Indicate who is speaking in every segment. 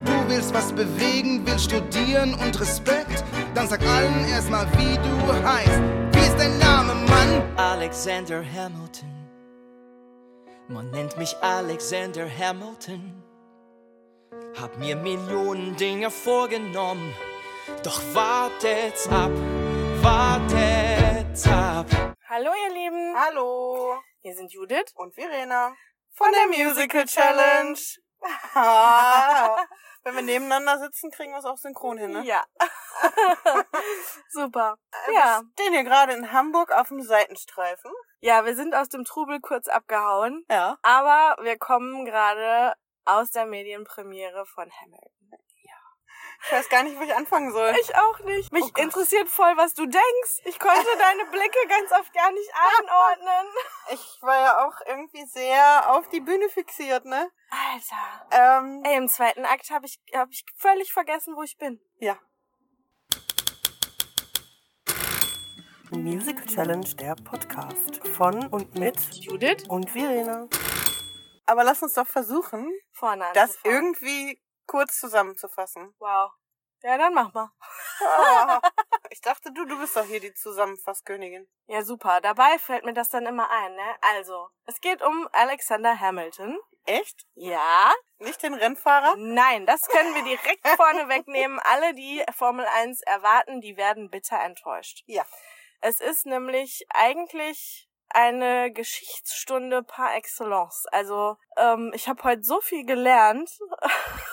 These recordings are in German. Speaker 1: du willst was bewegen, willst studieren und Respekt, dann sag allen erstmal, wie du heißt. Wie ist dein Name, Mann?
Speaker 2: Alexander Hamilton. Man nennt mich Alexander Hamilton. Hab mir Millionen Dinge vorgenommen. Doch wartet's ab, wartet's ab.
Speaker 3: Hallo ihr Lieben,
Speaker 4: Hallo
Speaker 3: hier sind Judith
Speaker 4: und Verena.
Speaker 3: von der Musical Challenge.
Speaker 4: Ah, wenn wir nebeneinander sitzen, kriegen wir es auch synchron hin. Ne?
Speaker 3: Ja. Super.
Speaker 4: Ja.
Speaker 3: Ja.
Speaker 4: Wir stehen hier gerade in Hamburg auf dem Seitenstreifen.
Speaker 3: Ja, wir sind aus dem Trubel kurz abgehauen,
Speaker 4: Ja.
Speaker 3: aber wir kommen gerade aus der Medienpremiere von Hamilton.
Speaker 4: Ich weiß gar nicht, wo ich anfangen soll.
Speaker 3: Ich auch nicht. Mich
Speaker 4: Oh Gott.
Speaker 3: interessiert voll, was du denkst. Ich konnte deine Blicke ganz oft gar nicht einordnen.
Speaker 4: Ich war ja auch irgendwie sehr auf die Bühne fixiert, ne?
Speaker 3: Alter.
Speaker 4: Ähm,
Speaker 3: Ey, im zweiten Akt habe ich, hab ich völlig vergessen, wo ich bin.
Speaker 4: ja. Musical Challenge, der Podcast von und mit
Speaker 3: Judith?
Speaker 4: und Verena. Aber lass uns doch versuchen,
Speaker 3: Vorne
Speaker 4: das
Speaker 3: anzufangen.
Speaker 4: irgendwie kurz zusammenzufassen.
Speaker 3: Wow. Ja, dann mach mal.
Speaker 4: Ah, ich dachte, du, du bist doch hier die Zusammenfasskönigin.
Speaker 3: Ja, super. Dabei fällt mir das dann immer ein, ne? Also, es geht um Alexander Hamilton.
Speaker 4: Echt?
Speaker 3: Ja?
Speaker 4: Nicht den Rennfahrer?
Speaker 3: Nein, das können wir direkt vorne wegnehmen. Alle, die Formel 1 erwarten, die werden bitter enttäuscht.
Speaker 4: Ja.
Speaker 3: Es ist nämlich eigentlich eine Geschichtsstunde par excellence. Also, ähm, ich habe heute so viel gelernt.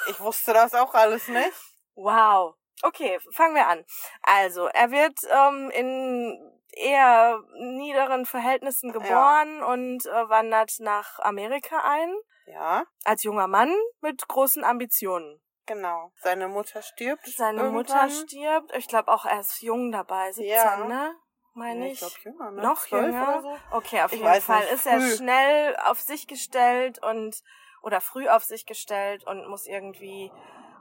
Speaker 4: Ich wusste das auch alles nicht.
Speaker 3: Wow. Okay, fangen wir an. Also, er wird ähm, in eher niederen Verhältnissen geboren und äh, wandert nach Amerika ein.
Speaker 4: Ja,
Speaker 3: Als junger Mann mit großen Ambitionen.
Speaker 4: genau. Seine Mutter stirbt.
Speaker 3: Seine
Speaker 4: irgendwann.
Speaker 3: Mutter stirbt. Ich glaube auch, er ist jung dabei, 17,
Speaker 4: Ja.
Speaker 3: ne? Meine
Speaker 4: Nee,
Speaker 3: ich.
Speaker 4: glaub, jünger, ne?
Speaker 3: Noch
Speaker 4: 12
Speaker 3: jünger.
Speaker 4: Oder so.
Speaker 3: Okay, auf
Speaker 4: Ich
Speaker 3: jeden
Speaker 4: weiß
Speaker 3: Fall
Speaker 4: nicht,
Speaker 3: ist er
Speaker 4: früh.
Speaker 3: schnell auf sich gestellt und oder früh auf sich gestellt und muss irgendwie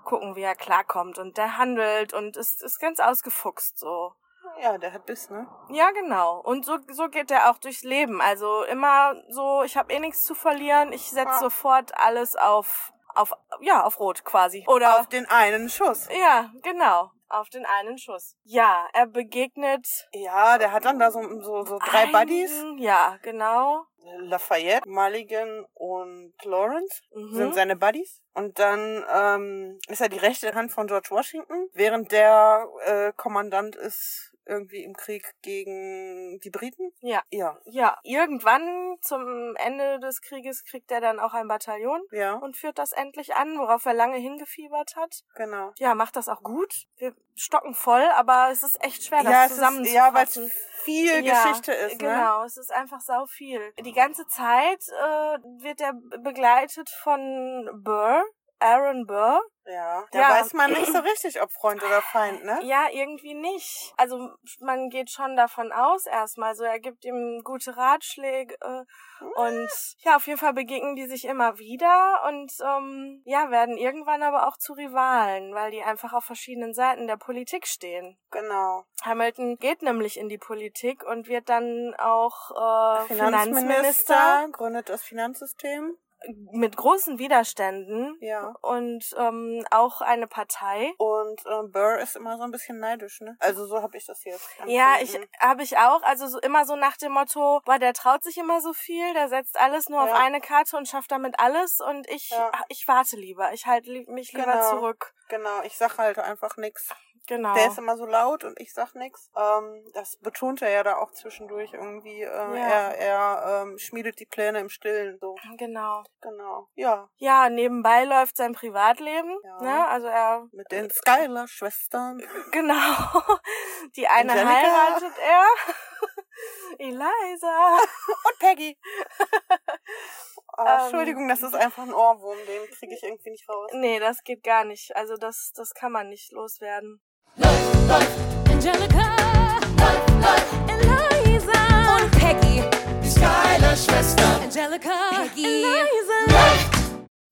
Speaker 3: gucken, wie er klarkommt und der handelt und ist, ist ganz ausgefuchst so.
Speaker 4: Ja, der hat Biss, ne?
Speaker 3: Ja, genau. Und so, so geht er auch durchs Leben. Also immer so, ich habe eh nichts zu verlieren, ich setze
Speaker 4: Ah.
Speaker 3: sofort alles auf, auf, ja, auf Rot quasi. Oder
Speaker 4: Auf den einen Schuss.
Speaker 3: ja, genau. Auf den einen Schuss. Ja, er begegnet
Speaker 4: Ja, der hat dann da so, so, so drei
Speaker 3: einigen-
Speaker 4: Buddies.
Speaker 3: Ja, genau.
Speaker 4: Lafayette, Mulligan und Lawrence
Speaker 3: Mhm.
Speaker 4: sind seine Buddies. Und dann ähm, ist er die rechte Hand von George Washington, während der äh, Kommandant ist irgendwie im Krieg gegen die Briten.
Speaker 3: Ja.
Speaker 4: Ja,
Speaker 3: Ja, irgendwann zum Ende des Krieges kriegt er dann auch ein Bataillon
Speaker 4: ja,
Speaker 3: und führt das endlich an, worauf er lange hingefiebert hat.
Speaker 4: genau.
Speaker 3: Ja, macht das auch gut. Wir stocken voll, aber es ist echt schwer,
Speaker 4: ja,
Speaker 3: das
Speaker 4: es ist, ja, weil es
Speaker 3: zusammenzufassen.
Speaker 4: viel
Speaker 3: Ja,
Speaker 4: Geschichte ist, ne?
Speaker 3: Genau, es ist einfach sau viel. Die ganze Zeit äh, wird er begleitet von Burr, Aaron Burr.
Speaker 4: Ja. Da
Speaker 3: Ja.
Speaker 4: weiß man nicht so richtig, ob Freund oder Feind, ne?
Speaker 3: Ja, irgendwie nicht. Also man geht schon davon aus erstmal. So, er gibt ihm gute Ratschläge äh, und ja, auf jeden Fall begegnen die sich immer wieder und ähm, ja, werden irgendwann aber auch zu Rivalen, weil die einfach auf verschiedenen Seiten der Politik stehen.
Speaker 4: Genau.
Speaker 3: Hamilton geht nämlich in die Politik und wird dann auch äh, Finanzminister
Speaker 4: Finanzminister gründet das Finanzsystem.
Speaker 3: mit großen Widerständen
Speaker 4: Ja.
Speaker 3: und ähm, auch eine Partei.
Speaker 4: Und äh, Burr ist immer so ein bisschen neidisch, ne? Also so habe ich das jetzt.
Speaker 3: Ja, ich
Speaker 4: empfunden.
Speaker 3: habe ich auch. Also so immer so nach dem Motto, boah, der traut sich immer so viel, der setzt alles nur
Speaker 4: Ja.
Speaker 3: auf eine Karte und schafft damit alles. Und ich,
Speaker 4: Ja.
Speaker 3: ich warte lieber. Ich halte lieb, mich lieber
Speaker 4: Genau.
Speaker 3: zurück.
Speaker 4: Genau, ich sag halt einfach nix.
Speaker 3: Genau.
Speaker 4: Der ist immer so laut und ich sag nix. Ähm, das betont er ja da auch zwischendurch irgendwie. Äh, Er, er ähm, schmiedet die Pläne im Stillen. So,
Speaker 3: genau.
Speaker 4: genau. Ja.
Speaker 3: Ja, nebenbei läuft sein Privatleben.
Speaker 4: Ja.
Speaker 3: Ne? Also er,
Speaker 4: Mit den Skylar-Schwestern.
Speaker 3: genau. Die eine
Speaker 4: Angelica.
Speaker 3: heiratet er. Eliza.
Speaker 4: Und Peggy. Ah,
Speaker 3: Ähm.
Speaker 4: Entschuldigung, das ist einfach ein Ohrwurm, den kriege ich irgendwie nicht raus.
Speaker 3: Nee, das geht gar nicht. Also das, das kann man nicht loswerden.
Speaker 5: Angelica, Eliza und Peggy, die Skyler Schwester. Angelica, Peggy, Eliza.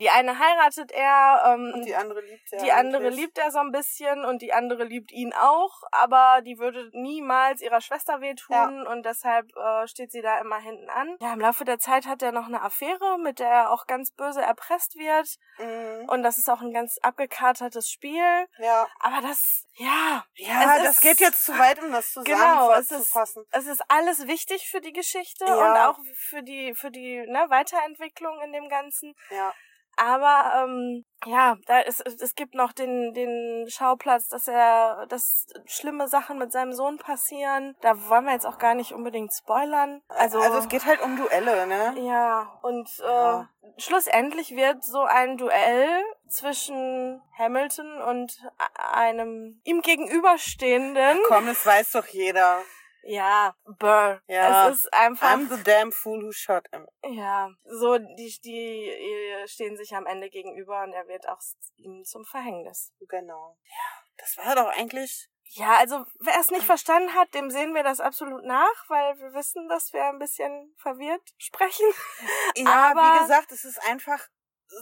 Speaker 3: Die eine heiratet er, ähm,
Speaker 4: Und die andere liebt er.
Speaker 3: die andere
Speaker 4: eigentlich.
Speaker 3: liebt er so ein bisschen und die andere liebt ihn auch, aber die würde niemals ihrer Schwester wehtun und deshalb äh, steht sie da immer hinten an. Ja, im Laufe der Zeit hat er noch eine Affäre, mit der er auch ganz böse erpresst wird
Speaker 4: Mhm.
Speaker 3: und das ist auch ein ganz abgekatertes Spiel.
Speaker 4: Ja.
Speaker 3: Aber das, ja,
Speaker 4: Ja,
Speaker 3: Es
Speaker 4: das
Speaker 3: ist-
Speaker 4: geht jetzt zu weit, um das
Speaker 3: Genau, es ist-
Speaker 4: zusammenzufassen.
Speaker 3: es ist alles wichtig für die Geschichte
Speaker 4: Ja.
Speaker 3: und auch für die für die ne, Weiterentwicklung in dem Ganzen.
Speaker 4: ja.
Speaker 3: Aber ähm, ja, da ist, es gibt noch den, den Schauplatz, dass er, dass schlimme Sachen mit seinem Sohn passieren. Da wollen wir jetzt auch gar nicht unbedingt spoilern. Also,
Speaker 4: also es geht halt um Duelle, ne?
Speaker 3: ja, und äh,
Speaker 4: Ja.
Speaker 3: schlussendlich wird so ein Duell zwischen Hamilton und a- einem ihm gegenüberstehenden,
Speaker 4: Komm, das weiß doch jeder.
Speaker 3: ja, Burr.
Speaker 4: Ja.
Speaker 3: Es ist einfach,
Speaker 4: I'm the damn fool who shot him.
Speaker 3: ja, so, die, die stehen sich am Ende gegenüber und er wird auch ihm zum Verhängnis.
Speaker 4: Genau. Ja. Das war doch eigentlich.
Speaker 3: Ja, also wer es nicht verstanden hat, dem sehen wir das absolut nach, weil wir wissen, dass wir ein bisschen verwirrt sprechen.
Speaker 4: Ja,
Speaker 3: Aber-
Speaker 4: wie gesagt, es ist einfach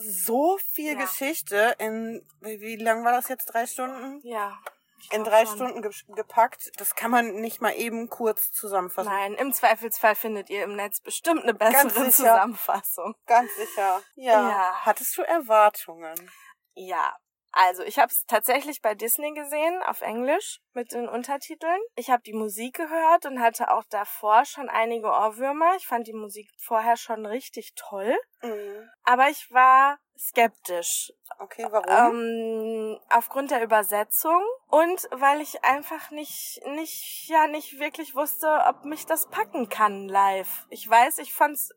Speaker 4: so viel
Speaker 3: Ja.
Speaker 4: Geschichte in wie wie lang war das jetzt? Drei Stunden?
Speaker 3: Ja. ich
Speaker 4: In
Speaker 3: glaub
Speaker 4: drei
Speaker 3: schon.
Speaker 4: Stunden ge gepackt. Das kann man nicht mal eben kurz zusammenfassen.
Speaker 3: Nein, im Zweifelsfall findet ihr im Netz bestimmt eine bessere
Speaker 4: sicher.
Speaker 3: Zusammenfassung.
Speaker 4: Ganz sicher. Ja.
Speaker 3: Ja.
Speaker 4: Hattest du Erwartungen?
Speaker 3: Ja. Also, ich habe es tatsächlich bei Disney gesehen, auf Englisch, mit den Untertiteln. Ich habe die Musik gehört und hatte auch davor schon einige Ohrwürmer. Ich fand die Musik vorher schon richtig toll.
Speaker 4: Mhm.
Speaker 3: Aber ich war skeptisch.
Speaker 4: Okay, warum?
Speaker 3: Ähm, aufgrund der Übersetzung und weil ich einfach nicht, nicht, ja, nicht wirklich wusste, ob mich das packen kann live. Ich weiß, ich fand's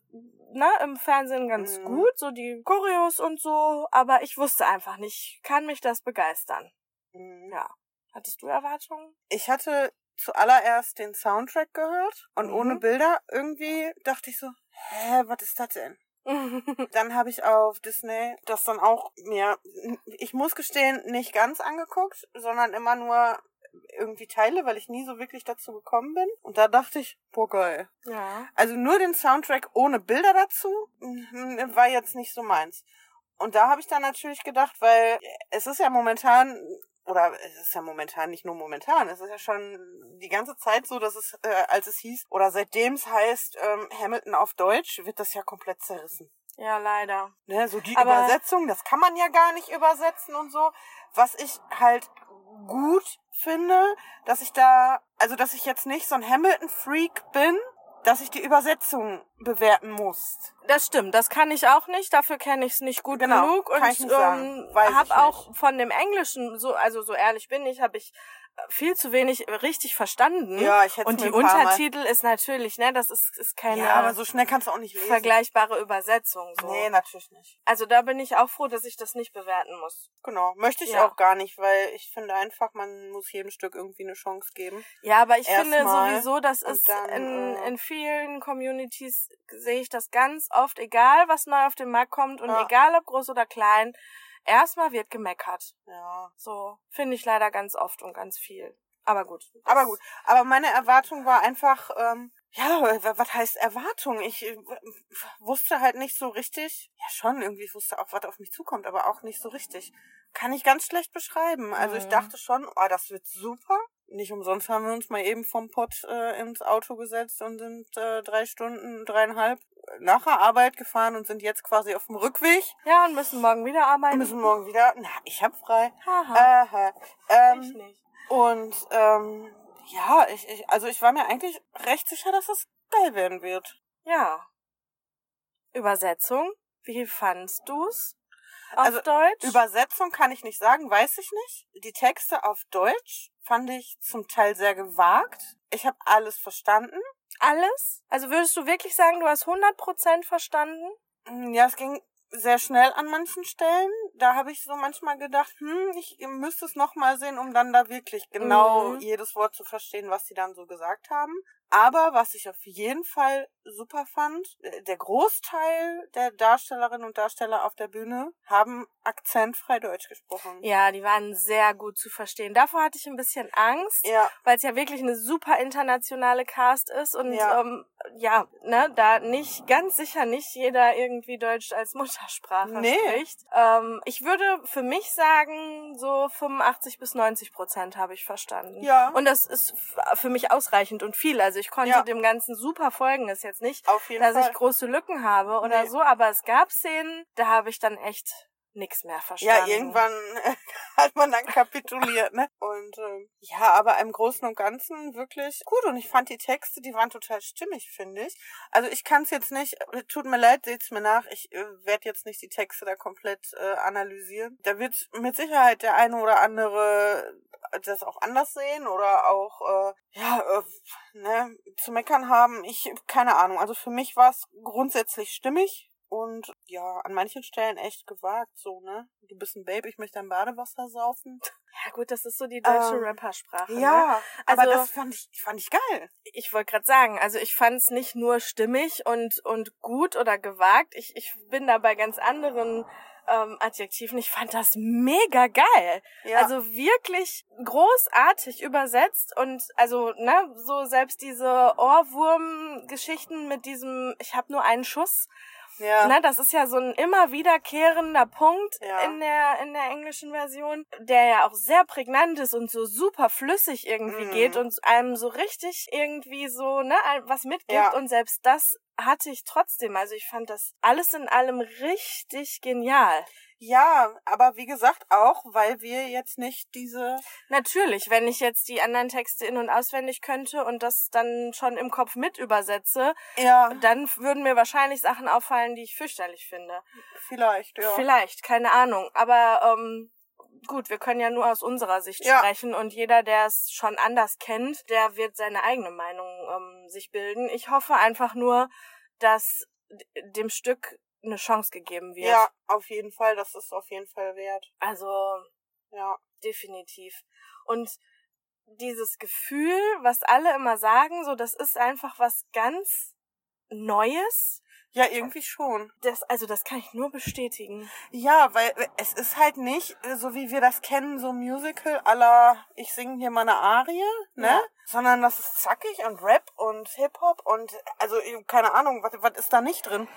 Speaker 3: ne, im Fernsehen ganz
Speaker 4: Mhm.
Speaker 3: gut, so die Choreos und so, aber ich wusste einfach nicht, kann mich das begeistern.
Speaker 4: Mhm.
Speaker 3: Ja. Hattest du Erwartungen?
Speaker 4: ich hatte zuallererst den Soundtrack gehört und
Speaker 3: Mhm.
Speaker 4: ohne Bilder irgendwie dachte ich so, hä, was ist das denn? Dann habe ich auf Disney das dann auch mir, ich muss gestehen, nicht ganz angeguckt, sondern immer nur irgendwie Teile, weil ich nie so wirklich dazu gekommen bin. Und da dachte ich, boah geil.
Speaker 3: ja.
Speaker 4: Also nur den Soundtrack ohne Bilder dazu mm, war jetzt nicht so meins. Und da habe ich dann natürlich gedacht, weil es ist ja momentan, oder es ist ja momentan nicht nur momentan, es ist ja schon die ganze Zeit so, dass es, äh, als es hieß, oder seitdem es heißt ähm, Hamilton auf Deutsch, wird das ja komplett zerrissen.
Speaker 3: Ja, leider.
Speaker 4: Ne? So die
Speaker 3: Aber-
Speaker 4: Übersetzung, das kann man ja gar nicht übersetzen und so. Was ich halt gut finde, dass ich da, also dass ich jetzt nicht so ein Hamilton-Freak bin, dass ich die Übersetzung bewerten muss.
Speaker 3: Das stimmt, das kann ich auch nicht, dafür kenne ich es nicht gut
Speaker 4: Genau,
Speaker 3: genug und
Speaker 4: kann ich nicht sagen, weiß ich
Speaker 3: habe
Speaker 4: nicht.
Speaker 3: auch von dem Englischen, so, also so ehrlich bin ich, habe ich äh, viel zu wenig richtig verstanden.
Speaker 4: Ja, ich hätte
Speaker 3: und
Speaker 4: mir
Speaker 3: die
Speaker 4: ein paar Mal-
Speaker 3: Untertitel ist natürlich, ne, das ist, ist keine
Speaker 4: Ja, aber so schnell kannst du auch nicht lesen.
Speaker 3: vergleichbare Übersetzung. So.
Speaker 4: Nee, ne. natürlich nicht.
Speaker 3: Also da bin ich auch froh, dass ich das nicht bewerten muss.
Speaker 4: Genau, möchte ich
Speaker 3: Ja.
Speaker 4: auch gar nicht, weil ich finde einfach, man muss jedem Stück irgendwie eine Chance geben.
Speaker 3: Ja, aber ich finde
Speaker 4: Erstmal
Speaker 3: sowieso, das
Speaker 4: und
Speaker 3: ist
Speaker 4: dann,
Speaker 3: in,
Speaker 4: äh,
Speaker 3: in vielen Communities sehe ich das ganz oft, egal was neu auf den Markt kommt und
Speaker 4: Ja.
Speaker 3: egal ob groß oder klein, erstmal wird gemeckert.
Speaker 4: Ja.
Speaker 3: So, finde ich leider ganz oft und ganz viel. Aber gut. das-
Speaker 4: Aber gut, aber meine Erwartung war einfach, ähm, ja, wa- was heißt Erwartung? Ich äh, wusste halt nicht so richtig, ja schon, irgendwie ich wusste auch, was auf mich zukommt, aber auch nicht so richtig. Kann ich ganz schlecht beschreiben. Also ich
Speaker 3: Mhm.
Speaker 4: dachte schon, oh, das wird super. Nicht umsonst haben wir uns mal eben vom Pott äh, ins Auto gesetzt und sind äh, drei Stunden, dreieinhalb nach der Arbeit gefahren und sind jetzt quasi auf dem Rückweg.
Speaker 3: Ja, und müssen morgen wieder
Speaker 4: Wir
Speaker 3: arbeiten.
Speaker 4: müssen morgen wieder, na, ich hab frei.
Speaker 3: Haha,
Speaker 4: Aha.
Speaker 3: ich
Speaker 4: Ähm,
Speaker 3: nicht.
Speaker 4: und ähm, ja, ich, ich, also ich war mir eigentlich recht sicher, dass es geil werden wird.
Speaker 3: Ja. Übersetzung. Wie fandst du's? Auf
Speaker 4: Also,
Speaker 3: Deutsch?
Speaker 4: Übersetzung kann ich nicht sagen, weiß ich nicht. Die Texte auf Deutsch fand ich zum Teil sehr gewagt. Ich habe alles verstanden.
Speaker 3: Alles? Also würdest du wirklich sagen, du hast 100% verstanden?
Speaker 4: Hm, Ja, es ging sehr schnell an manchen Stellen. Da habe ich so manchmal gedacht, hm, ich müsste es nochmal sehen, um dann da wirklich genau
Speaker 3: Mhm.
Speaker 4: jedes Wort zu verstehen, was sie dann so gesagt haben. Aber was ich auf jeden Fall super fand, äh, der Großteil der Darstellerinnen und Darsteller auf der Bühne haben akzentfrei Deutsch gesprochen.
Speaker 3: Ja, die waren sehr gut zu verstehen. Davor hatte ich ein bisschen Angst,
Speaker 4: Ja.
Speaker 3: weil es ja wirklich eine super internationale Cast ist und
Speaker 4: Ja.
Speaker 3: ja, ähm, ja ne, da nicht ganz sicher nicht jeder irgendwie Deutsch als Muttersprache
Speaker 4: Nee.
Speaker 3: spricht. Ähm, ich würde für mich sagen, so 85 bis 90 Prozent habe ich verstanden.
Speaker 4: Ja.
Speaker 3: Und das ist f- für mich ausreichend und viel. Also ich konnte
Speaker 4: Ja.
Speaker 3: dem Ganzen super folgen, ist jetzt nicht,
Speaker 4: Auf jeden
Speaker 3: dass
Speaker 4: Fall.
Speaker 3: ich große Lücken habe oder
Speaker 4: Nee.
Speaker 3: so, aber es gab Szenen, da habe ich dann echt nichts mehr
Speaker 4: Ja,
Speaker 3: verstanden.
Speaker 4: irgendwann hat man dann kapituliert, ne? Und ähm, ja, aber im Großen und Ganzen wirklich gut. Und ich fand die Texte, die waren total stimmig, finde ich. Also ich kann es jetzt nicht, äh, tut mir leid, seht's mir nach, ich äh, werde jetzt nicht die Texte da komplett äh, analysieren. Da wird mit Sicherheit der eine oder andere das auch anders sehen oder auch äh, ja äh, ne, zu meckern haben. Ich keine Ahnung. Also für mich war es grundsätzlich stimmig und ja an manchen Stellen echt gewagt so ne. Du bist ein Babe, ich möchte ein Badewasser saufen.
Speaker 3: Ja gut, das ist so die deutsche
Speaker 4: Ähm,
Speaker 3: Rappersprache. Ne?
Speaker 4: Ja, aber
Speaker 3: Also-
Speaker 4: das fand ich fand ich geil.
Speaker 3: Ich wollte gerade sagen, also ich fand es nicht nur stimmig und, und gut oder gewagt. Ich, ich bin da bei ganz anderen ähm, Adjektiven. Ich fand das mega geil.
Speaker 4: Ja,
Speaker 3: Also wirklich großartig übersetzt und also, ne, so selbst diese Ohrwurm-Geschichten mit diesem, ich habe nur einen Schuss,
Speaker 4: ja.
Speaker 3: Ne, das ist ja so ein immer wiederkehrender Punkt
Speaker 4: Ja.
Speaker 3: in der in der englischen Version, der ja auch sehr prägnant ist und so super flüssig irgendwie
Speaker 4: Mhm.
Speaker 3: geht und einem so richtig irgendwie so ne ein- was mitgibt
Speaker 4: Ja.
Speaker 3: und selbst das hatte ich trotzdem. Also ich fand das alles in allem richtig genial.
Speaker 4: ja, aber wie gesagt auch, weil wir jetzt nicht diese
Speaker 3: Natürlich, wenn ich jetzt die anderen Texte in und auswendig könnte und das dann schon im Kopf mit übersetze,
Speaker 4: ja
Speaker 3: dann würden mir wahrscheinlich Sachen auffallen, die ich fürchterlich finde.
Speaker 4: vielleicht ja
Speaker 3: Vielleicht, keine Ahnung. Aber ähm, gut, wir können ja nur aus unserer Sicht
Speaker 4: Ja.
Speaker 3: sprechen und jeder, der es schon anders kennt, der wird seine eigene Meinung ähm, sich bilden. Ich hoffe einfach nur, dass d- dem Stück eine Chance gegeben wird.
Speaker 4: ja auf jeden Fall. Das ist auf jeden Fall wert.
Speaker 3: Also
Speaker 4: Ja.
Speaker 3: definitiv. Und dieses Gefühl, was alle immer sagen, so das ist einfach was ganz Neues.
Speaker 4: Ja, irgendwie schon.
Speaker 3: Das, also das kann ich nur bestätigen.
Speaker 4: Ja, weil es ist halt nicht, äh, so wie wir das kennen, so ein Musical aller, ich singe hier meine Arie, ne?
Speaker 3: Ja.
Speaker 4: Sondern das ist zackig und Rap und Hip-Hop und, also, äh, keine Ahnung, was, was ist da nicht drin?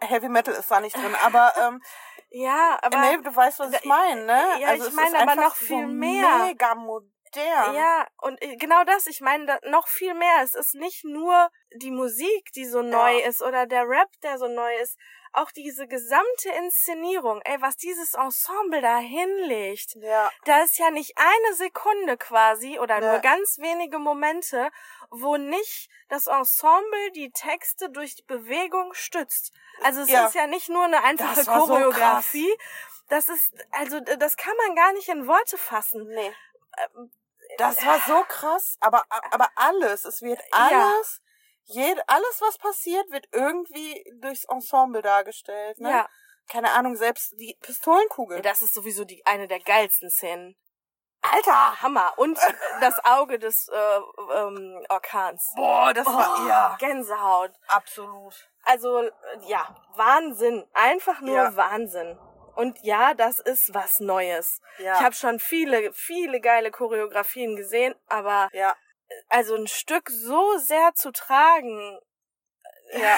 Speaker 4: Heavy Metal ist da nicht drin, aber, ähm,
Speaker 3: Ja, aber
Speaker 4: nee, du weißt, was
Speaker 3: Da-
Speaker 4: ich meine, ne?
Speaker 3: ja, ich
Speaker 4: es
Speaker 3: meine
Speaker 4: ist
Speaker 3: aber
Speaker 4: einfach
Speaker 3: noch viel
Speaker 4: so
Speaker 3: mehr.
Speaker 4: Mega modern.
Speaker 3: Ja, und äh, genau das, ich meine da, noch viel mehr. Es ist nicht nur die Musik, die so neu ist oder der Rap, der so neu ist. Auch diese gesamte Inszenierung, ey, was dieses Ensemble da hinlegt.
Speaker 4: Ja, Ne.
Speaker 3: Da ist ja nicht eine Sekunde quasi oder
Speaker 4: Nee.
Speaker 3: nur ganz wenige Momente, wo nicht das Ensemble die Texte durch Bewegung stützt. Also es
Speaker 4: Ja.
Speaker 3: ist ja nicht nur eine einfache
Speaker 4: Das war so
Speaker 3: Choreografie. das ist, also d- das kann man gar nicht in Worte fassen.
Speaker 4: nee. Das war so krass, aber, aber alles, es wird
Speaker 3: Äh, Ja.
Speaker 4: alles, jed, alles, was passiert, wird irgendwie durchs Ensemble dargestellt, ne?
Speaker 3: Ja.
Speaker 4: keine Ahnung, selbst die Pistolenkugel.
Speaker 3: Ja, Das ist sowieso die eine der geilsten Szenen.
Speaker 4: Alter!
Speaker 3: Hammer. Und das Auge des äh, ähm, Orkans.
Speaker 4: Boah, das war
Speaker 3: Oh.
Speaker 4: ja
Speaker 3: Gänsehaut.
Speaker 4: absolut.
Speaker 3: Also äh, ja, Wahnsinn. Einfach nur
Speaker 4: Ja.
Speaker 3: Wahnsinn. Und ja, das ist was Neues.
Speaker 4: Ja.
Speaker 3: Ich habe schon viele, viele geile Choreografien gesehen, aber
Speaker 4: Ja,
Speaker 3: also ein Stück so sehr zu tragen,
Speaker 4: ja,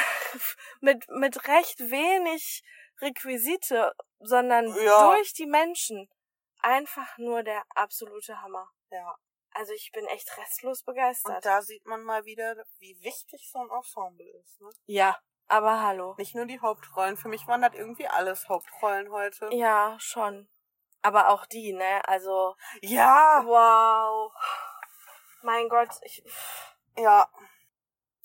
Speaker 3: mit, mit recht wenig Requisite, sondern
Speaker 4: Ja.
Speaker 3: durch die Menschen. Einfach nur der absolute Hammer.
Speaker 4: ja.
Speaker 3: Also ich bin echt restlos
Speaker 4: Und
Speaker 3: begeistert.
Speaker 4: da sieht man mal wieder, wie wichtig so ein Ensemble ist. Ne?
Speaker 3: Ja, aber hallo.
Speaker 4: Nicht nur die Hauptrollen. Für mich waren das irgendwie alles Hauptrollen heute.
Speaker 3: Ja, schon. Aber auch die, ne? Also,
Speaker 4: Ja,
Speaker 3: wow. Mein Gott, ich.
Speaker 4: ja.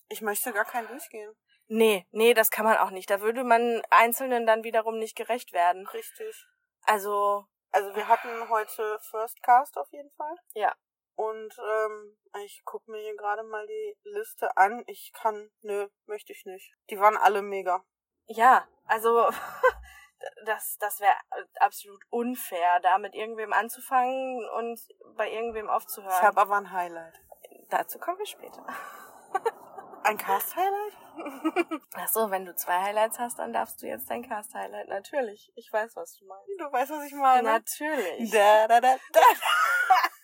Speaker 4: Ich möchte gar keinen durchgehen.
Speaker 3: Nee, nee, das kann man auch nicht. Da würde man Einzelnen dann wiederum nicht gerecht werden.
Speaker 4: Richtig.
Speaker 3: Also,
Speaker 4: Also wir hatten heute First Cast auf jeden Fall.
Speaker 3: Ja.
Speaker 4: Und ähm, ich guck mir hier gerade mal die Liste an. Ich kann, nö, möchte ich nicht. Die waren alle mega.
Speaker 3: ja, also das, das wäre absolut unfair, da mit irgendwem anzufangen und bei irgendwem aufzuhören.
Speaker 4: Ich habe aber ein Highlight.
Speaker 3: Dazu kommen wir später.
Speaker 4: Ein Cast-Highlight?
Speaker 3: Ach so, wenn du zwei Highlights hast, dann darfst du jetzt dein Cast-Highlight. Natürlich. Ich weiß, was du meinst.
Speaker 4: Du weißt, was ich meine.
Speaker 3: Genau. Natürlich.
Speaker 4: Da, da, da,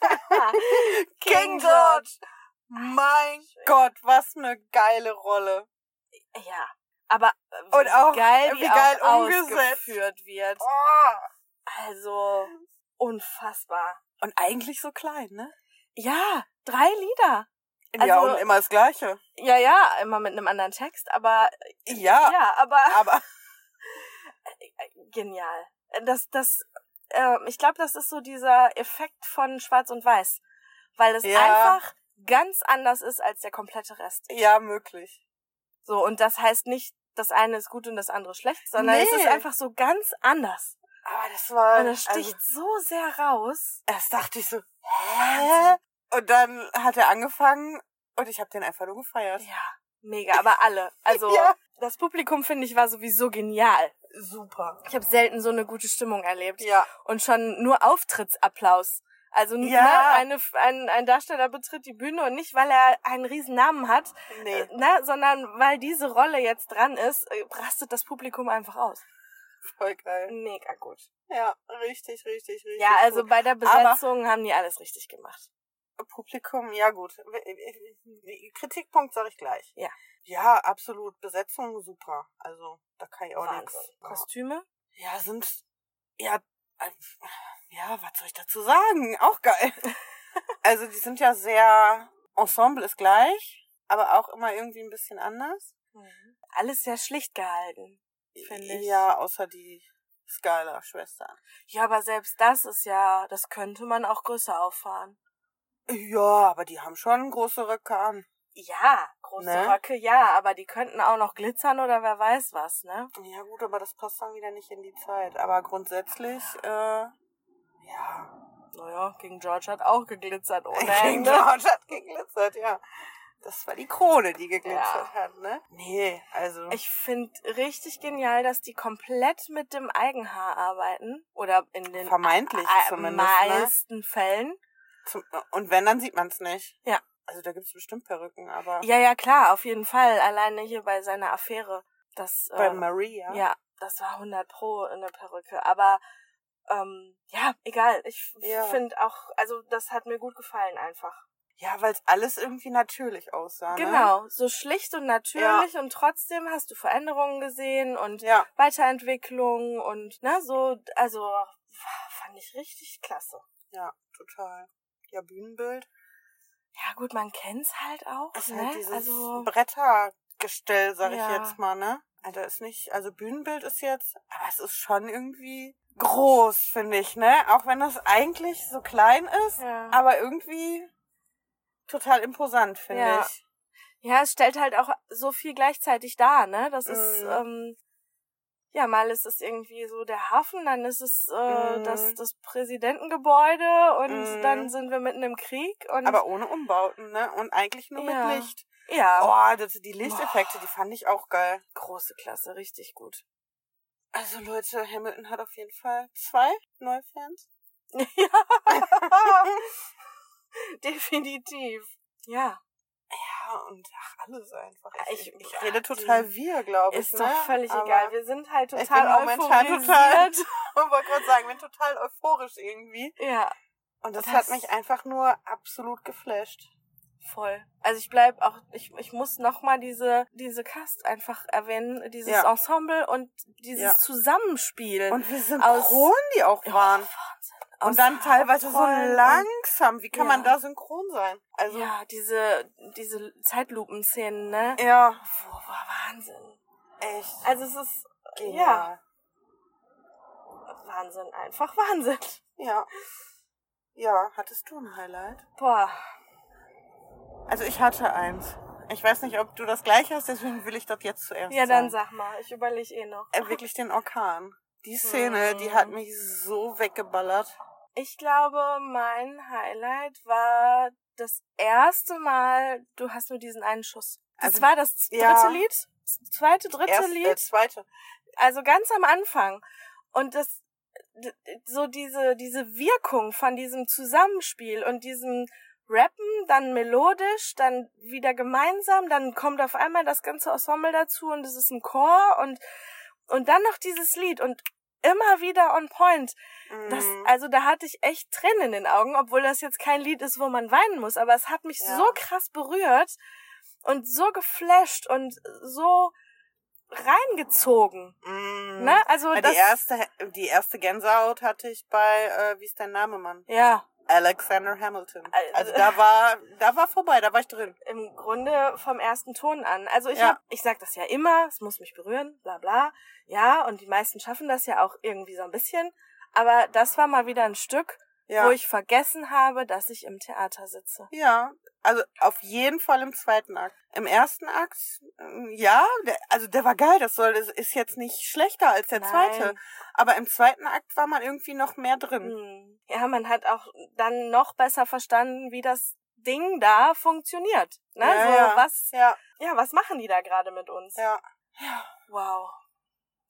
Speaker 4: da. King
Speaker 3: King
Speaker 4: George.
Speaker 3: George.
Speaker 4: Mein Gott, was eine geile Rolle.
Speaker 3: Ja. Aber wie
Speaker 4: Und auch,
Speaker 3: geil,
Speaker 4: wie
Speaker 3: die
Speaker 4: geil
Speaker 3: auch
Speaker 4: umgesetzt.
Speaker 3: ausgeführt wird. Ah. Also, unfassbar.
Speaker 4: Und eigentlich so klein, ne?
Speaker 3: Ja, drei Lieder.
Speaker 4: ja,
Speaker 3: Also-
Speaker 4: und immer das Gleiche.
Speaker 3: Ja, ja, immer mit einem anderen Text, aber
Speaker 4: Ja,
Speaker 3: äh, ja, aber
Speaker 4: aber
Speaker 3: genial. Das, das, äh, ich glaube, das ist so dieser Effekt von Schwarz und Weiß, weil es
Speaker 4: Ja.
Speaker 3: einfach ganz anders ist als der komplette Rest.
Speaker 4: ja, möglich.
Speaker 3: So und das heißt nicht, das eine ist gut und das andere schlecht, sondern es
Speaker 4: Nee.
Speaker 3: ist einfach so ganz anders.
Speaker 4: Aber das war.
Speaker 3: Und das sticht
Speaker 4: Also,
Speaker 3: so sehr raus.
Speaker 4: erst dachte ich so, hä? Und dann hat er angefangen und ich habe den einfach nur gefeiert.
Speaker 3: Ja, mega, aber alle. Also
Speaker 4: Ja.
Speaker 3: das Publikum finde ich war sowieso genial. Super. Ich habe selten so eine gute Stimmung erlebt.
Speaker 4: Ja.
Speaker 3: und schon nur Auftrittsapplaus. Also
Speaker 4: Ja.
Speaker 3: ne, eine, ein, ein Darsteller betritt die Bühne und nicht, weil er einen riesen Namen hat,
Speaker 4: Nee.
Speaker 3: äh, ne, sondern weil diese Rolle jetzt dran ist, äh, rastet das Publikum einfach aus.
Speaker 4: Voll geil.
Speaker 3: Mega gut.
Speaker 4: Ja, richtig, richtig, richtig.
Speaker 3: Ja, also
Speaker 4: gut.
Speaker 3: bei der Besetzung haben die alles richtig gemacht.
Speaker 4: Publikum, ja gut. Kritikpunkt sage ich gleich.
Speaker 3: Ja.
Speaker 4: Ja, absolut. Besetzung super. Also da kann ich auch
Speaker 3: Wahnsinn.
Speaker 4: nichts.
Speaker 3: Kostüme?
Speaker 4: Ja, sind ja äh, ja, was soll ich dazu sagen? Auch geil. also die sind ja sehr Ensemble ist gleich, aber auch immer irgendwie ein bisschen anders.
Speaker 3: Alles sehr schlicht gehalten, finde ich.
Speaker 4: Ja, außer die Skylar Schwestern.
Speaker 3: ja, aber selbst das ist ja, das könnte man auch größer auffahren.
Speaker 4: Ja, aber die haben schon große Röcke
Speaker 3: Ja, große
Speaker 4: Ne?
Speaker 3: Röcke, ja, aber die könnten auch noch glitzern oder wer weiß was, ne?
Speaker 4: Ja gut, aber das passt dann wieder nicht in die Zeit. Aber grundsätzlich, äh, ja.
Speaker 3: Naja, King George hat auch geglitzert ohne
Speaker 4: King
Speaker 3: Ende.
Speaker 4: George hat geglitzert, ja. Das war die Krone, die geglitzert
Speaker 3: Ja.
Speaker 4: hat, ne? Nee, also.
Speaker 3: Ich finde richtig genial, dass die komplett mit dem Eigenhaar arbeiten. Oder in den
Speaker 4: Vermeintlich
Speaker 3: a-
Speaker 4: zumindest, ne?
Speaker 3: meisten Fällen.
Speaker 4: zum, und wenn, dann sieht man es nicht.
Speaker 3: Ja.
Speaker 4: Also da gibt's bestimmt Perücken, aber
Speaker 3: Ja, ja, klar, auf jeden Fall. Alleine hier bei seiner Affäre. Das,
Speaker 4: bei
Speaker 3: äh,
Speaker 4: Maria.
Speaker 3: ja, das war 100 pro in der Perücke. Aber ähm, ja, egal. Ich
Speaker 4: Ja.
Speaker 3: finde auch, also das hat mir gut gefallen einfach.
Speaker 4: ja weil es alles irgendwie natürlich aussah. Ne?
Speaker 3: Genau, so schlicht und natürlich und trotzdem hast du Veränderungen gesehen und
Speaker 4: Ja,
Speaker 3: Weiterentwicklung und ne, so, also fand ich richtig klasse.
Speaker 4: ja, total. Ja, Bühnenbild.
Speaker 3: Ja gut, man kennt's halt auch,
Speaker 4: Ist
Speaker 3: ne?
Speaker 4: halt dieses
Speaker 3: also
Speaker 4: Brettergestell, sag
Speaker 3: Ja.
Speaker 4: ich jetzt mal, ne? Alter, ist nicht, also Bühnenbild ist jetzt, aber es ist schon irgendwie groß, finde ich, ne? Auch wenn das eigentlich so klein ist,
Speaker 3: Ja.
Speaker 4: aber irgendwie total imposant, finde
Speaker 3: Ja.
Speaker 4: ich.
Speaker 3: ja, es stellt halt auch so viel gleichzeitig dar, ne? Das ist
Speaker 4: Mhm.
Speaker 3: ähm, ja, mal ist es irgendwie so der Hafen, dann ist es äh,
Speaker 4: Mhm.
Speaker 3: das, das Präsidentengebäude und
Speaker 4: Mhm.
Speaker 3: dann sind wir mitten im Krieg und
Speaker 4: Aber ohne Umbauten, ne? Und eigentlich nur
Speaker 3: Ja.
Speaker 4: mit Licht.
Speaker 3: ja,
Speaker 4: Oh, das, die Lichteffekte, die fand ich auch geil.
Speaker 3: große Klasse, richtig gut.
Speaker 4: Also Leute, Hamilton hat auf jeden Fall zwei neue Fans.
Speaker 3: ja, definitiv. Ja,
Speaker 4: Ja, und ach, alles einfach. Ich,
Speaker 3: Ich-
Speaker 4: ich, rede total wir, glaube ich.
Speaker 3: ist
Speaker 4: ne?
Speaker 3: doch völlig
Speaker 4: Aber
Speaker 3: egal. Wir sind halt
Speaker 4: ich
Speaker 3: total
Speaker 4: bin momentan
Speaker 3: euphorisiert.
Speaker 4: Ich wollte gerade sagen, bin total euphorisch irgendwie.
Speaker 3: Ja,
Speaker 4: Und das,
Speaker 3: Das-
Speaker 4: hat mich einfach nur absolut geflasht.
Speaker 3: voll. Also ich bleib auch, ich, ich muss nochmal diese, diese Cast einfach erwähnen, dieses
Speaker 4: Ja.
Speaker 3: Ensemble und dieses
Speaker 4: Ja.
Speaker 3: Zusammenspiel. Oh,
Speaker 4: Und wie
Speaker 3: Aus-
Speaker 4: synchron die auch
Speaker 3: Ja,
Speaker 4: waren.
Speaker 3: Wahnsinn.
Speaker 4: und dann teilweise so
Speaker 3: Hauptrollen und-
Speaker 4: langsam. Wie kann man
Speaker 3: Ja.
Speaker 4: da synchron sein? Also, ja.
Speaker 3: ja, diese, diese Zeitlupenszenen, ne?
Speaker 4: ja,
Speaker 3: Boah, war Wahnsinn.
Speaker 4: echt.
Speaker 3: Also es ist, ja,
Speaker 4: Genial.
Speaker 3: Wahnsinn, einfach Wahnsinn.
Speaker 4: Ja. Ja, hattest du ein Highlight?
Speaker 3: Boah,
Speaker 4: Also ich hatte eins. Ich weiß nicht, ob du das gleiche hast, deswegen will ich das jetzt zuerst
Speaker 3: ja dann
Speaker 4: sagen.
Speaker 3: sag mal, ich überlege eh noch.
Speaker 4: Äh, wirklich den Orkan.
Speaker 3: Hm.
Speaker 4: Die Szene, die hat mich so weggeballert.
Speaker 3: Ich glaube, mein Highlight war das erste Mal, du hast nur diesen einen Schuss. Das
Speaker 4: Also,
Speaker 3: war das z- dritte
Speaker 4: ja.
Speaker 3: Lied? Das zweite, dritte
Speaker 4: Erst- Äh,
Speaker 3: Lied?
Speaker 4: zweite.
Speaker 3: Also ganz am Anfang. Und das, d- d- so diese, diese Wirkung von diesem Zusammenspiel und diesem rappen, dann melodisch, dann wieder gemeinsam, dann kommt auf einmal das ganze Ensemble dazu und es ist ein Chor und, und dann noch dieses Lied und immer wieder on point. Das, also da hatte ich echt Tränen in den Augen, obwohl das jetzt kein Lied ist, wo man weinen muss, aber es hat mich
Speaker 4: Ja.
Speaker 3: so krass berührt und so geflasht und so reingezogen.
Speaker 4: Mm.
Speaker 3: Ne? Also
Speaker 4: Weil
Speaker 3: das,
Speaker 4: die erste, die erste Gänsehaut hatte ich bei, äh, wie ist dein Name, Mann?
Speaker 3: ja,
Speaker 4: Alexander Hamilton.
Speaker 3: Al-
Speaker 4: Also da war, da war vorbei, da war ich drin.
Speaker 3: im Grunde vom ersten Ton an. Also ich
Speaker 4: Ja.
Speaker 3: hab, ich sag das ja immer, es muss mich berühren, bla bla. Ja, und die meisten schaffen das ja auch irgendwie so ein bisschen. Aber das war mal wieder ein Stück,
Speaker 4: Ja.
Speaker 3: wo ich vergessen habe, dass ich im Theater sitze.
Speaker 4: ja. Also auf jeden Fall im zweiten Akt. Im ersten Akt, ähm, ja, der, also der war geil, das soll, das ist jetzt nicht schlechter als der zweite. Aber im zweiten Akt war man irgendwie noch mehr drin.
Speaker 3: Hm. Ja, man hat auch dann noch besser verstanden, wie das Ding da funktioniert. Ne?
Speaker 4: Ja,
Speaker 3: so,
Speaker 4: ja.
Speaker 3: Was,
Speaker 4: Ja,
Speaker 3: ja, was machen die da gerade mit uns?
Speaker 4: ja,
Speaker 3: Wow.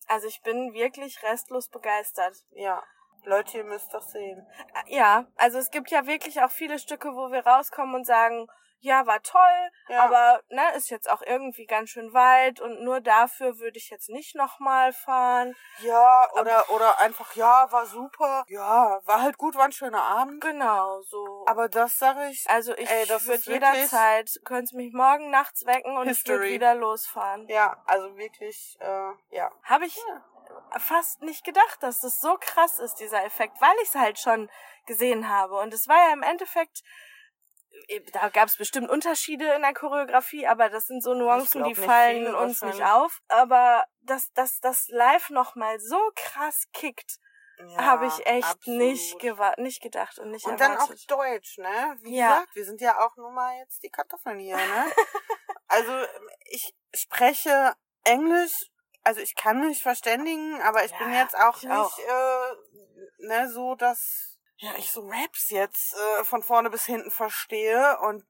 Speaker 3: Also ich bin wirklich restlos begeistert.
Speaker 4: ja. Leute, ihr müsst das sehen.
Speaker 3: Ja, also es gibt ja wirklich auch viele Stücke, wo wir rauskommen und sagen, ja, war toll,
Speaker 4: Ja.
Speaker 3: aber ne, ist jetzt auch irgendwie ganz schön weit und nur dafür würde ich jetzt nicht nochmal fahren.
Speaker 4: Ja, oder, oder einfach, ja, war super. Ja, war halt gut, war ein schöner Abend.
Speaker 3: Genau, so.
Speaker 4: Aber das sage ich,
Speaker 3: also ich
Speaker 4: ey, das
Speaker 3: würde
Speaker 4: ist wirklich-
Speaker 3: jederzeit, könnt mich morgen nachts wecken und ich würde
Speaker 4: History.
Speaker 3: wieder losfahren.
Speaker 4: Ja, also wirklich, äh, ja.
Speaker 3: Habe ich fast nicht gedacht, dass das so krass ist, dieser Effekt, weil ich es halt schon gesehen habe. Und es war ja im Endeffekt, äh, da gab es bestimmt Unterschiede in der Choreografie, aber das sind so Nuancen,
Speaker 4: glaub
Speaker 3: die
Speaker 4: nicht
Speaker 3: fallen
Speaker 4: viele
Speaker 3: uns nicht
Speaker 4: wahrscheinlich.
Speaker 3: auf. Aber dass, dass das live nochmal so krass kickt,
Speaker 4: ja
Speaker 3: habe ich echt
Speaker 4: absolut.
Speaker 3: nicht, gewa- nicht gedacht und nicht
Speaker 4: Und dann auch
Speaker 3: erwartet.
Speaker 4: Deutsch, ne? Wie
Speaker 3: Ja.
Speaker 4: gesagt, wir sind ja auch nun mal jetzt die Kartoffeln hier, ne? also ich spreche Englisch, also ich kann mich verständigen, aber ich
Speaker 3: Ja,
Speaker 4: bin jetzt auch
Speaker 3: ich
Speaker 4: nicht
Speaker 3: auch.
Speaker 4: Äh, ne, so, dass ja, ich so Raps jetzt äh, von vorne bis hinten verstehe und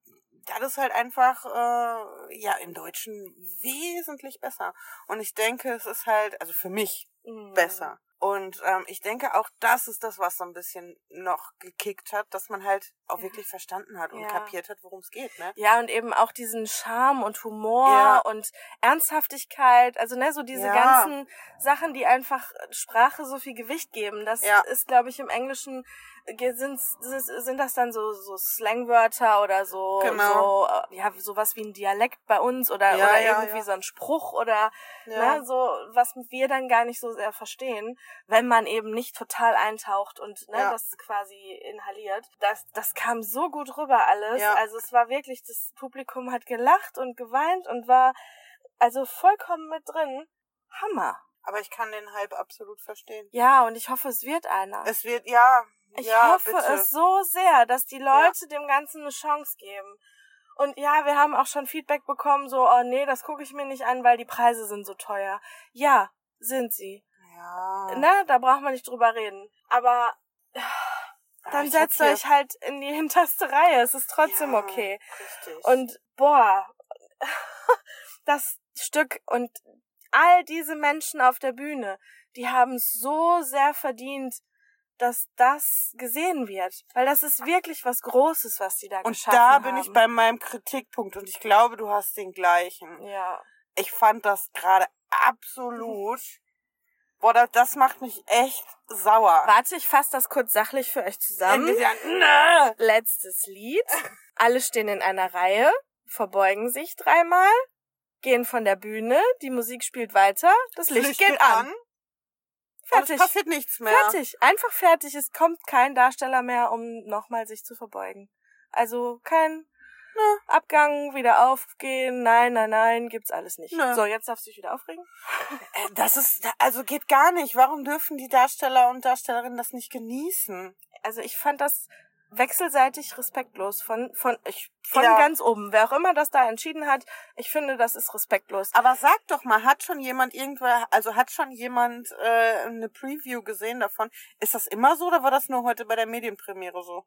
Speaker 4: das ist halt einfach äh, ja im Deutschen wesentlich besser. Und ich denke, es ist halt, also für mich
Speaker 3: Mhm.
Speaker 4: besser. Und ähm, ich denke, auch das ist das, was so ein bisschen noch gekickt hat, dass man halt auch wirklich verstanden hat und
Speaker 3: Ja.
Speaker 4: kapiert hat, worum es geht, ne?
Speaker 3: Ja, und eben auch diesen Charme und Humor
Speaker 4: Ja.
Speaker 3: und Ernsthaftigkeit, also ne, so diese
Speaker 4: Ja.
Speaker 3: ganzen Sachen, die einfach Sprache so viel Gewicht geben. Das
Speaker 4: Ja.
Speaker 3: ist, glaube ich, im Englischen äh, ge- sind's, sind, sind das dann so, so Slangwörter oder so, so
Speaker 4: Genau.
Speaker 3: äh, ja, sowas wie ein Dialekt bei uns oder,
Speaker 4: Ja,
Speaker 3: oder
Speaker 4: ja,
Speaker 3: irgendwie
Speaker 4: ja.
Speaker 3: so ein Spruch oder
Speaker 4: Ja.
Speaker 3: ne, so, was wir dann gar nicht so sehr verstehen, wenn man eben nicht total eintaucht und ne,
Speaker 4: Ja.
Speaker 3: das quasi inhaliert. Das, das kam so gut rüber alles.
Speaker 4: Ja.
Speaker 3: Also es war wirklich, das Publikum hat gelacht und geweint und war also vollkommen mit drin. Hammer.
Speaker 4: Aber ich kann den Hype absolut verstehen.
Speaker 3: Ja, und ich hoffe, es wird einer.
Speaker 4: Es wird, ja,
Speaker 3: ich
Speaker 4: ja,
Speaker 3: hoffe
Speaker 4: bitte.
Speaker 3: es so sehr, dass die Leute dem Ganzen eine Chance geben. Und ja, wir haben auch schon Feedback bekommen, so, oh nee, das gucke ich mir nicht an, weil die Preise sind so teuer. Ja, sind sie.
Speaker 4: ja.
Speaker 3: ne, da braucht man nicht drüber reden. Aber
Speaker 4: Aber
Speaker 3: dann
Speaker 4: Ah, ich
Speaker 3: setzt
Speaker 4: hab hier-
Speaker 3: euch halt in die hinterste Reihe. Es ist trotzdem
Speaker 4: Ja,
Speaker 3: okay.
Speaker 4: Richtig.
Speaker 3: Und boah, das Stück und all diese Menschen auf der Bühne, die haben es so sehr verdient, dass das gesehen wird. Weil das ist wirklich was Großes, was die da
Speaker 4: und
Speaker 3: geschaffen
Speaker 4: da
Speaker 3: haben.
Speaker 4: bin ich bei meinem Kritikpunkt und ich glaube, du hast den gleichen.
Speaker 3: Ja.
Speaker 4: Ich fand das gerade absolut.
Speaker 3: Mhm.
Speaker 4: Boah, das, das macht mich echt sauer.
Speaker 3: Warte, ich fasse das kurz sachlich für euch zusammen.
Speaker 4: Ja, ne.
Speaker 3: letztes Lied. Alle stehen in einer Reihe, verbeugen sich dreimal, gehen von der Bühne, die Musik spielt weiter, das Licht, geht, an.
Speaker 4: Und
Speaker 3: Fertig.
Speaker 4: es Also passiert nichts mehr.
Speaker 3: Fertig, einfach fertig. Es kommt kein Darsteller mehr, um nochmal sich zu verbeugen. Also kein ne, Abgang, wieder aufgehen, nein, nein, nein, gibt's alles nicht.
Speaker 4: Ne.
Speaker 3: So, jetzt darfst du dich wieder aufregen.
Speaker 4: Äh, Das ist, also geht gar nicht. Warum dürfen die Darsteller und Darstellerinnen das nicht genießen?
Speaker 3: Also ich fand das wechselseitig respektlos von von ich von
Speaker 4: Ja.
Speaker 3: ganz oben wer auch immer das da entschieden hat ich finde das ist respektlos
Speaker 4: Aber sag doch mal, hat schon jemand irgendwer, also hat schon jemand äh, eine Preview gesehen davon? Ist das immer so oder war das nur heute bei der Medienpremiere so?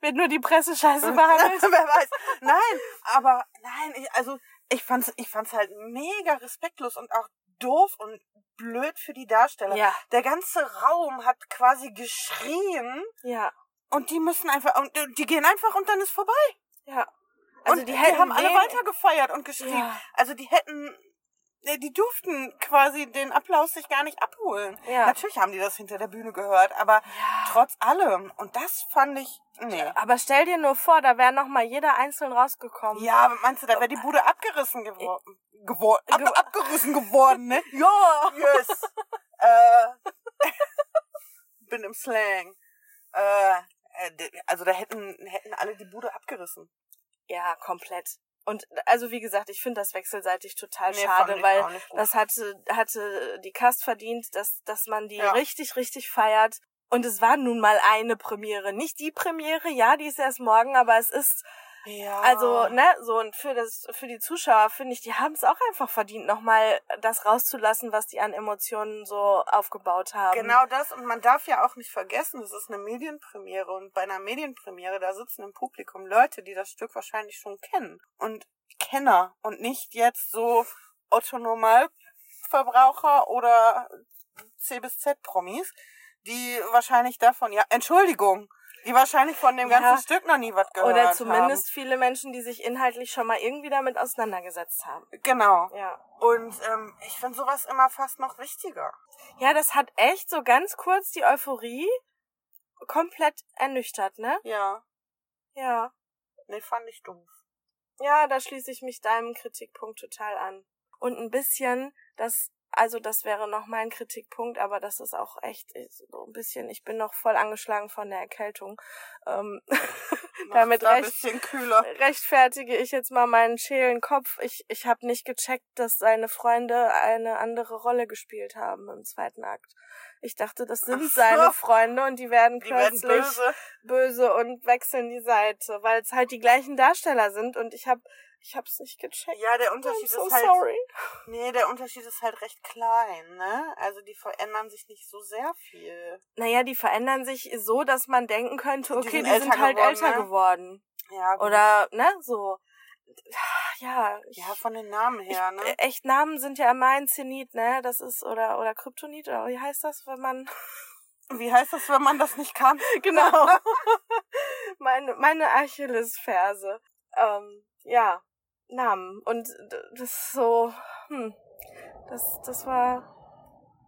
Speaker 3: wird nur die Presse scheiße behandelt
Speaker 4: Wer weiß. Nein, aber nein, ich, also ich fand's, ich fand's halt mega respektlos und auch doof und blöd für die Darsteller.
Speaker 3: Ja.
Speaker 4: Der ganze Raum hat quasi geschrien
Speaker 3: Ja,
Speaker 4: Und die müssen einfach, und äh, die gehen einfach und dann ist vorbei.
Speaker 3: Ja. Also
Speaker 4: und
Speaker 3: die, hätten
Speaker 4: haben alle
Speaker 3: wen-
Speaker 4: weiter gefeiert und geschrieben.
Speaker 3: Ja.
Speaker 4: Also die hätten, nee, die durften quasi den Applaus sich gar nicht abholen.
Speaker 3: Ja.
Speaker 4: Natürlich haben die das hinter der Bühne gehört, aber trotz allem. Und das fand ich, nee.
Speaker 3: Aber stell dir nur vor, da wäre nochmal jeder einzeln rausgekommen.
Speaker 4: Ja, aber meinst du, da wäre die Bude abgerissen geworden? Gewor ab
Speaker 3: Äh, Ge-
Speaker 4: abgerissen geworden, ne?
Speaker 3: Ja.
Speaker 4: Yes. äh, bin im Slang. Äh, äh, d- also da hätten, hätten alle die Bude abgerissen.
Speaker 3: Ja, komplett. Und also wie gesagt, ich finde das wechselseitig total
Speaker 4: Nee, fand
Speaker 3: schade,
Speaker 4: ich auch
Speaker 3: weil
Speaker 4: nicht gut.
Speaker 3: das hatte, hatte die Cast verdient, dass, dass man die
Speaker 4: Ja.
Speaker 3: richtig, richtig feiert. Und es war nun mal eine Premiere. Nicht die Premiere, ja, die ist erst morgen, aber es ist,
Speaker 4: Ja.
Speaker 3: also, ne, so und für das, für die Zuschauer finde ich, die haben es auch einfach verdient, nochmal das rauszulassen, was die an Emotionen so aufgebaut haben.
Speaker 4: Genau das. Und man darf ja auch nicht vergessen, es ist eine Medienpremiere. Und bei einer Medienpremiere, da sitzen im Publikum Leute, die das Stück wahrscheinlich schon kennen. Und Kenner. Und nicht jetzt so Otto-Normalverbraucher oder C bis Z-Promis, die wahrscheinlich davon, ja, Entschuldigung, die wahrscheinlich von dem
Speaker 3: Ja.
Speaker 4: ganzen Stück noch nie was gehört haben.
Speaker 3: Oder zumindest viele Menschen, die sich inhaltlich schon mal irgendwie damit auseinandergesetzt haben.
Speaker 4: Genau.
Speaker 3: Ja.
Speaker 4: Und ähm, ich finde sowas immer fast noch wichtiger.
Speaker 3: Ja, das hat echt so ganz kurz die Euphorie komplett ernüchtert, ne?
Speaker 4: Ja.
Speaker 3: Ja.
Speaker 4: Nee, fand ich doof.
Speaker 3: Ja, da schließe ich mich deinem Kritikpunkt total an. Und ein bisschen, das, also das wäre noch mein Kritikpunkt, aber das ist auch echt äh, so ein bisschen, ich bin noch voll angeschlagen von der Erkältung. Ähm,
Speaker 4: Macht's
Speaker 3: damit
Speaker 4: da ein
Speaker 3: recht,
Speaker 4: bisschen kühler.
Speaker 3: rechtfertige ich jetzt mal meinen schälen Kopf. Ich, ich habe nicht gecheckt, dass seine Freunde eine andere Rolle gespielt haben im zweiten Akt. Ich dachte, das sind
Speaker 4: Ach so.
Speaker 3: seine Freunde und die werden
Speaker 4: Die werden
Speaker 3: plötzlich
Speaker 4: böse.
Speaker 3: böse. und wechseln die Seite, weil es halt die gleichen Darsteller sind und ich habe ich hab's nicht gecheckt.
Speaker 4: Ja, der
Speaker 3: I'm
Speaker 4: Unterschied
Speaker 3: so
Speaker 4: ist halt.
Speaker 3: sorry.
Speaker 4: Nee, der Unterschied ist halt recht klein, ne? Also die verändern sich nicht so sehr viel.
Speaker 3: Naja, die verändern sich so, dass man denken könnte,
Speaker 4: Die
Speaker 3: okay,
Speaker 4: sind
Speaker 3: die sind
Speaker 4: älter
Speaker 3: halt
Speaker 4: geworden,
Speaker 3: älter
Speaker 4: ne?
Speaker 3: geworden.
Speaker 4: Ja, gut.
Speaker 3: Oder, ne, so. Ja, ich,
Speaker 4: Ja, von den Namen her,
Speaker 3: Äh,
Speaker 4: ne?
Speaker 3: Echt Namen sind ja immer ein Zenit, ne? Das ist oder oder Kryptonit oder wie heißt das, wenn man
Speaker 4: Wie heißt das, wenn man das nicht kann?
Speaker 3: genau meine meine Achillesferse. Ähm, ja Namen und d- das ist so hm, das das war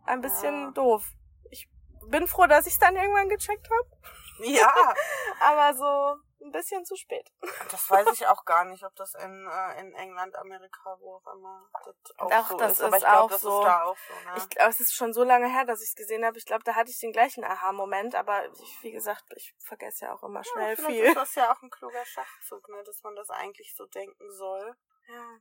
Speaker 3: ein bisschen
Speaker 4: Ja.
Speaker 3: doof. Ich bin froh, dass ich es dann irgendwann gecheckt habe,
Speaker 4: Ja,
Speaker 3: aber so ein bisschen zu spät.
Speaker 4: das weiß ich auch gar nicht, ob das in, äh, in England, Amerika, wo auch immer das auch
Speaker 3: Ach,
Speaker 4: so
Speaker 3: das
Speaker 4: ist. Aber
Speaker 3: ist
Speaker 4: ich glaube,
Speaker 3: auch
Speaker 4: das
Speaker 3: so.
Speaker 4: ist da auch so, ne?
Speaker 3: Ich glaube, es ist schon so lange her, dass ich es gesehen habe. Ich glaube, da hatte ich den gleichen Aha-Moment, aber ich, wie gesagt, ich vergesse ja auch immer
Speaker 4: ja,
Speaker 3: schnell
Speaker 4: vielleicht
Speaker 3: viel.
Speaker 4: ist das ja auch ein kluger Schachzug, ne? Dass man das eigentlich so denken soll.
Speaker 3: Ja.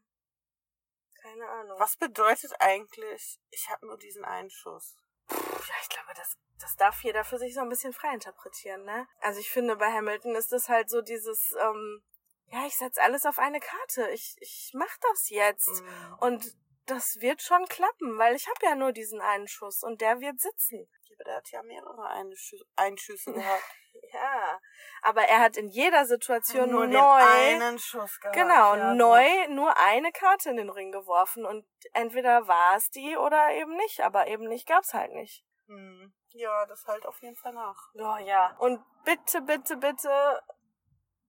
Speaker 3: Keine Ahnung.
Speaker 4: Was bedeutet eigentlich, ich habe nur diesen einen Schuss?
Speaker 3: Ja, ich glaube, das, das darf jeder für sich so ein bisschen frei interpretieren, ne? Also ich finde, bei Hamilton ist es halt so dieses, ähm, ja, ich setz alles auf eine Karte. Ich, ich mach das jetzt.
Speaker 4: Mhm.
Speaker 3: Und das wird schon klappen, weil ich habe ja nur diesen einen Schuss und der wird sitzen.
Speaker 4: Aber der hat ja mehrere Einschü Einschüsse gehabt.
Speaker 3: Ja. Aber er hat in jeder Situation
Speaker 4: nur
Speaker 3: neu.
Speaker 4: den einen Schuss gehabt.
Speaker 3: Genau,
Speaker 4: ja,
Speaker 3: neu nur eine Karte in den Ring geworfen und entweder war es die oder eben nicht, aber eben nicht gab's halt nicht.
Speaker 4: gut. Hm. Ja, das halt auf jeden Fall nach.
Speaker 3: Ja, ja. Und bitte, bitte, bitte,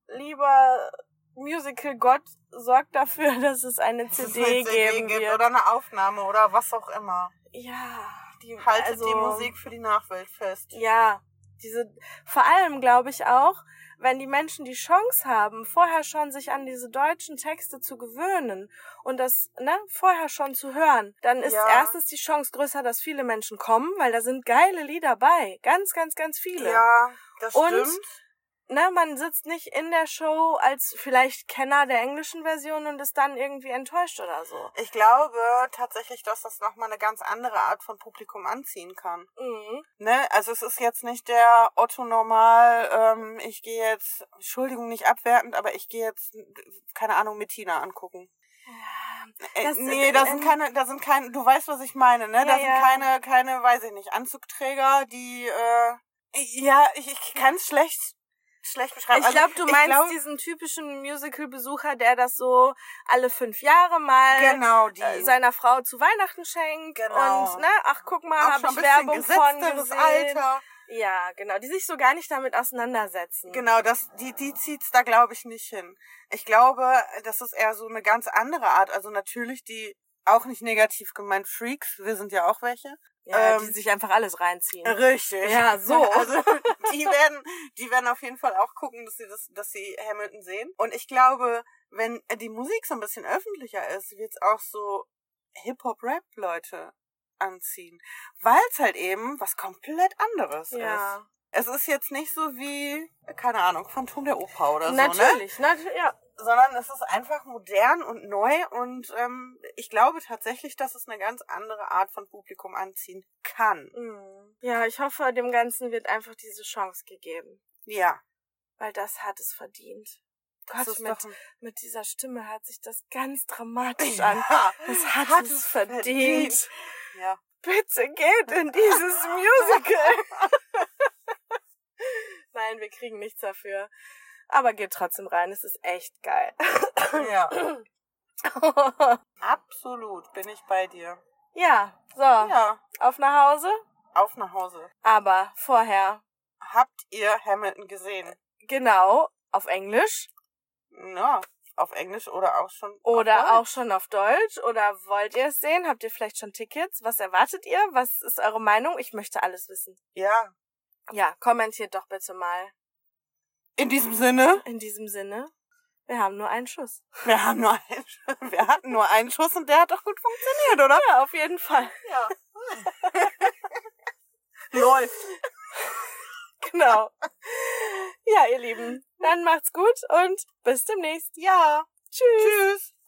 Speaker 3: lieber Musical Gott, sorgt dafür, dass es eine
Speaker 4: Dass es
Speaker 3: CD,
Speaker 4: eine CD
Speaker 3: geben
Speaker 4: gibt
Speaker 3: wird.
Speaker 4: oder eine Aufnahme oder was auch immer.
Speaker 3: Ja, die,
Speaker 4: Haltet
Speaker 3: also,
Speaker 4: die Musik für die Nachwelt fest.
Speaker 3: Ja, diese, vor allem glaube ich auch, wenn die Menschen die Chance haben, vorher schon sich an diese deutschen Texte zu gewöhnen und das, ne, vorher schon zu hören, dann ist
Speaker 4: Ja.
Speaker 3: erstens die Chance größer, dass viele Menschen kommen, weil da sind geile Lieder bei. Ganz, ganz, ganz viele.
Speaker 4: Ja, das
Speaker 3: Und-
Speaker 4: stimmt.
Speaker 3: ne, man sitzt nicht in der Show als vielleicht Kenner der englischen Version und ist dann irgendwie enttäuscht oder so.
Speaker 4: Ich glaube tatsächlich, dass das nochmal eine ganz andere Art von Publikum anziehen kann.
Speaker 3: Mhm.
Speaker 4: Ne? Also es ist jetzt nicht der Otto normal, ähm, ich gehe jetzt, Entschuldigung, nicht abwertend, aber ich gehe jetzt, keine Ahnung, mit Tina angucken. Äh,
Speaker 3: Das-
Speaker 4: nee,
Speaker 3: äh,
Speaker 4: da sind
Speaker 3: äh,
Speaker 4: keine, da sind keine, du weißt, was ich meine, ne?
Speaker 3: Ja,
Speaker 4: da sind
Speaker 3: ja.
Speaker 4: keine, keine, weiß ich nicht, Anzugträger, die, äh, ja, ich, ich kann es schlecht, schlecht beschreiben.
Speaker 3: Ich glaube,
Speaker 4: Also,
Speaker 3: du meinst
Speaker 4: glaub-
Speaker 3: diesen typischen Musical-Besucher, der das so alle fünf Jahre mal
Speaker 4: genau, die,
Speaker 3: äh, seiner Frau zu Weihnachten schenkt
Speaker 4: Genau.
Speaker 3: und ne, ach guck mal,
Speaker 4: auch
Speaker 3: habe
Speaker 4: schon
Speaker 3: ich
Speaker 4: ein bisschen
Speaker 3: Werbung von
Speaker 4: gesetzteres
Speaker 3: gesehen.
Speaker 4: Alter.
Speaker 3: Ja, genau. Die sich so gar nicht damit auseinandersetzen.
Speaker 4: Genau, das, die, die zieht's da, glaube ich, nicht hin. Ich glaube, das ist eher so eine ganz andere Art. Also natürlich die auch nicht negativ gemeint Freaks, wir sind ja auch welche.
Speaker 3: Ja, die
Speaker 4: Ähm,
Speaker 3: sich einfach alles reinziehen.
Speaker 4: Richtig.
Speaker 3: Ja, so.
Speaker 4: Also die werden, die werden auf jeden Fall auch gucken, dass sie das, dass sie Hamilton sehen. Und ich glaube, wenn die Musik so ein bisschen öffentlicher ist, wird's auch so Hip-Hop-Rap-Leute anziehen. Weil's halt eben was komplett anderes ist.
Speaker 3: ja.
Speaker 4: Es ist jetzt nicht so wie, keine Ahnung, Phantom der Oper oder so, ne?
Speaker 3: natürlich, natürlich, ja.
Speaker 4: sondern es ist einfach modern und neu und ähm, ich glaube tatsächlich, dass es eine ganz andere Art von Publikum anziehen kann.
Speaker 3: Mhm. Ja, ich hoffe, dem Ganzen wird einfach diese Chance gegeben.
Speaker 4: Ja.
Speaker 3: Weil das hat es verdient.
Speaker 4: Das
Speaker 3: Gott,
Speaker 4: ist
Speaker 3: mit,
Speaker 4: doch ein-
Speaker 3: mit dieser Stimme hört sich das ganz dramatisch an.
Speaker 4: Ja.
Speaker 3: Es hat, es, verdient.
Speaker 4: Ja.
Speaker 3: Bitte geht in dieses Musical. Nein, wir kriegen nichts dafür. Aber geht trotzdem rein, es ist echt geil.
Speaker 4: ja. Absolut, bin ich bei dir.
Speaker 3: ja, so,
Speaker 4: Ja,
Speaker 3: auf nach Hause.
Speaker 4: auf nach Hause.
Speaker 3: Aber vorher,
Speaker 4: Habt ihr Hamilton gesehen?
Speaker 3: genau, auf Englisch
Speaker 4: Ja, auf Englisch oder auch schon. auf
Speaker 3: oder auch
Speaker 4: Deutsch.
Speaker 3: schon auf Deutsch oder wollt ihr es sehen? Habt ihr vielleicht schon Tickets? Was erwartet ihr? Was ist eure Meinung? Ich möchte alles wissen.
Speaker 4: Ja.
Speaker 3: Ja, kommentiert doch bitte mal.
Speaker 4: In diesem Sinne,
Speaker 3: In diesem Sinne, wir haben nur einen Schuss.
Speaker 4: wir haben nur einen, wir hatten nur einen Schuss und der hat doch gut funktioniert, oder?
Speaker 3: Ja, auf jeden Fall.
Speaker 4: Ja. Läuft.
Speaker 3: Genau. Ja, ihr Lieben, dann macht's gut und bis demnächst. Ja. Tschüss. Tschüss.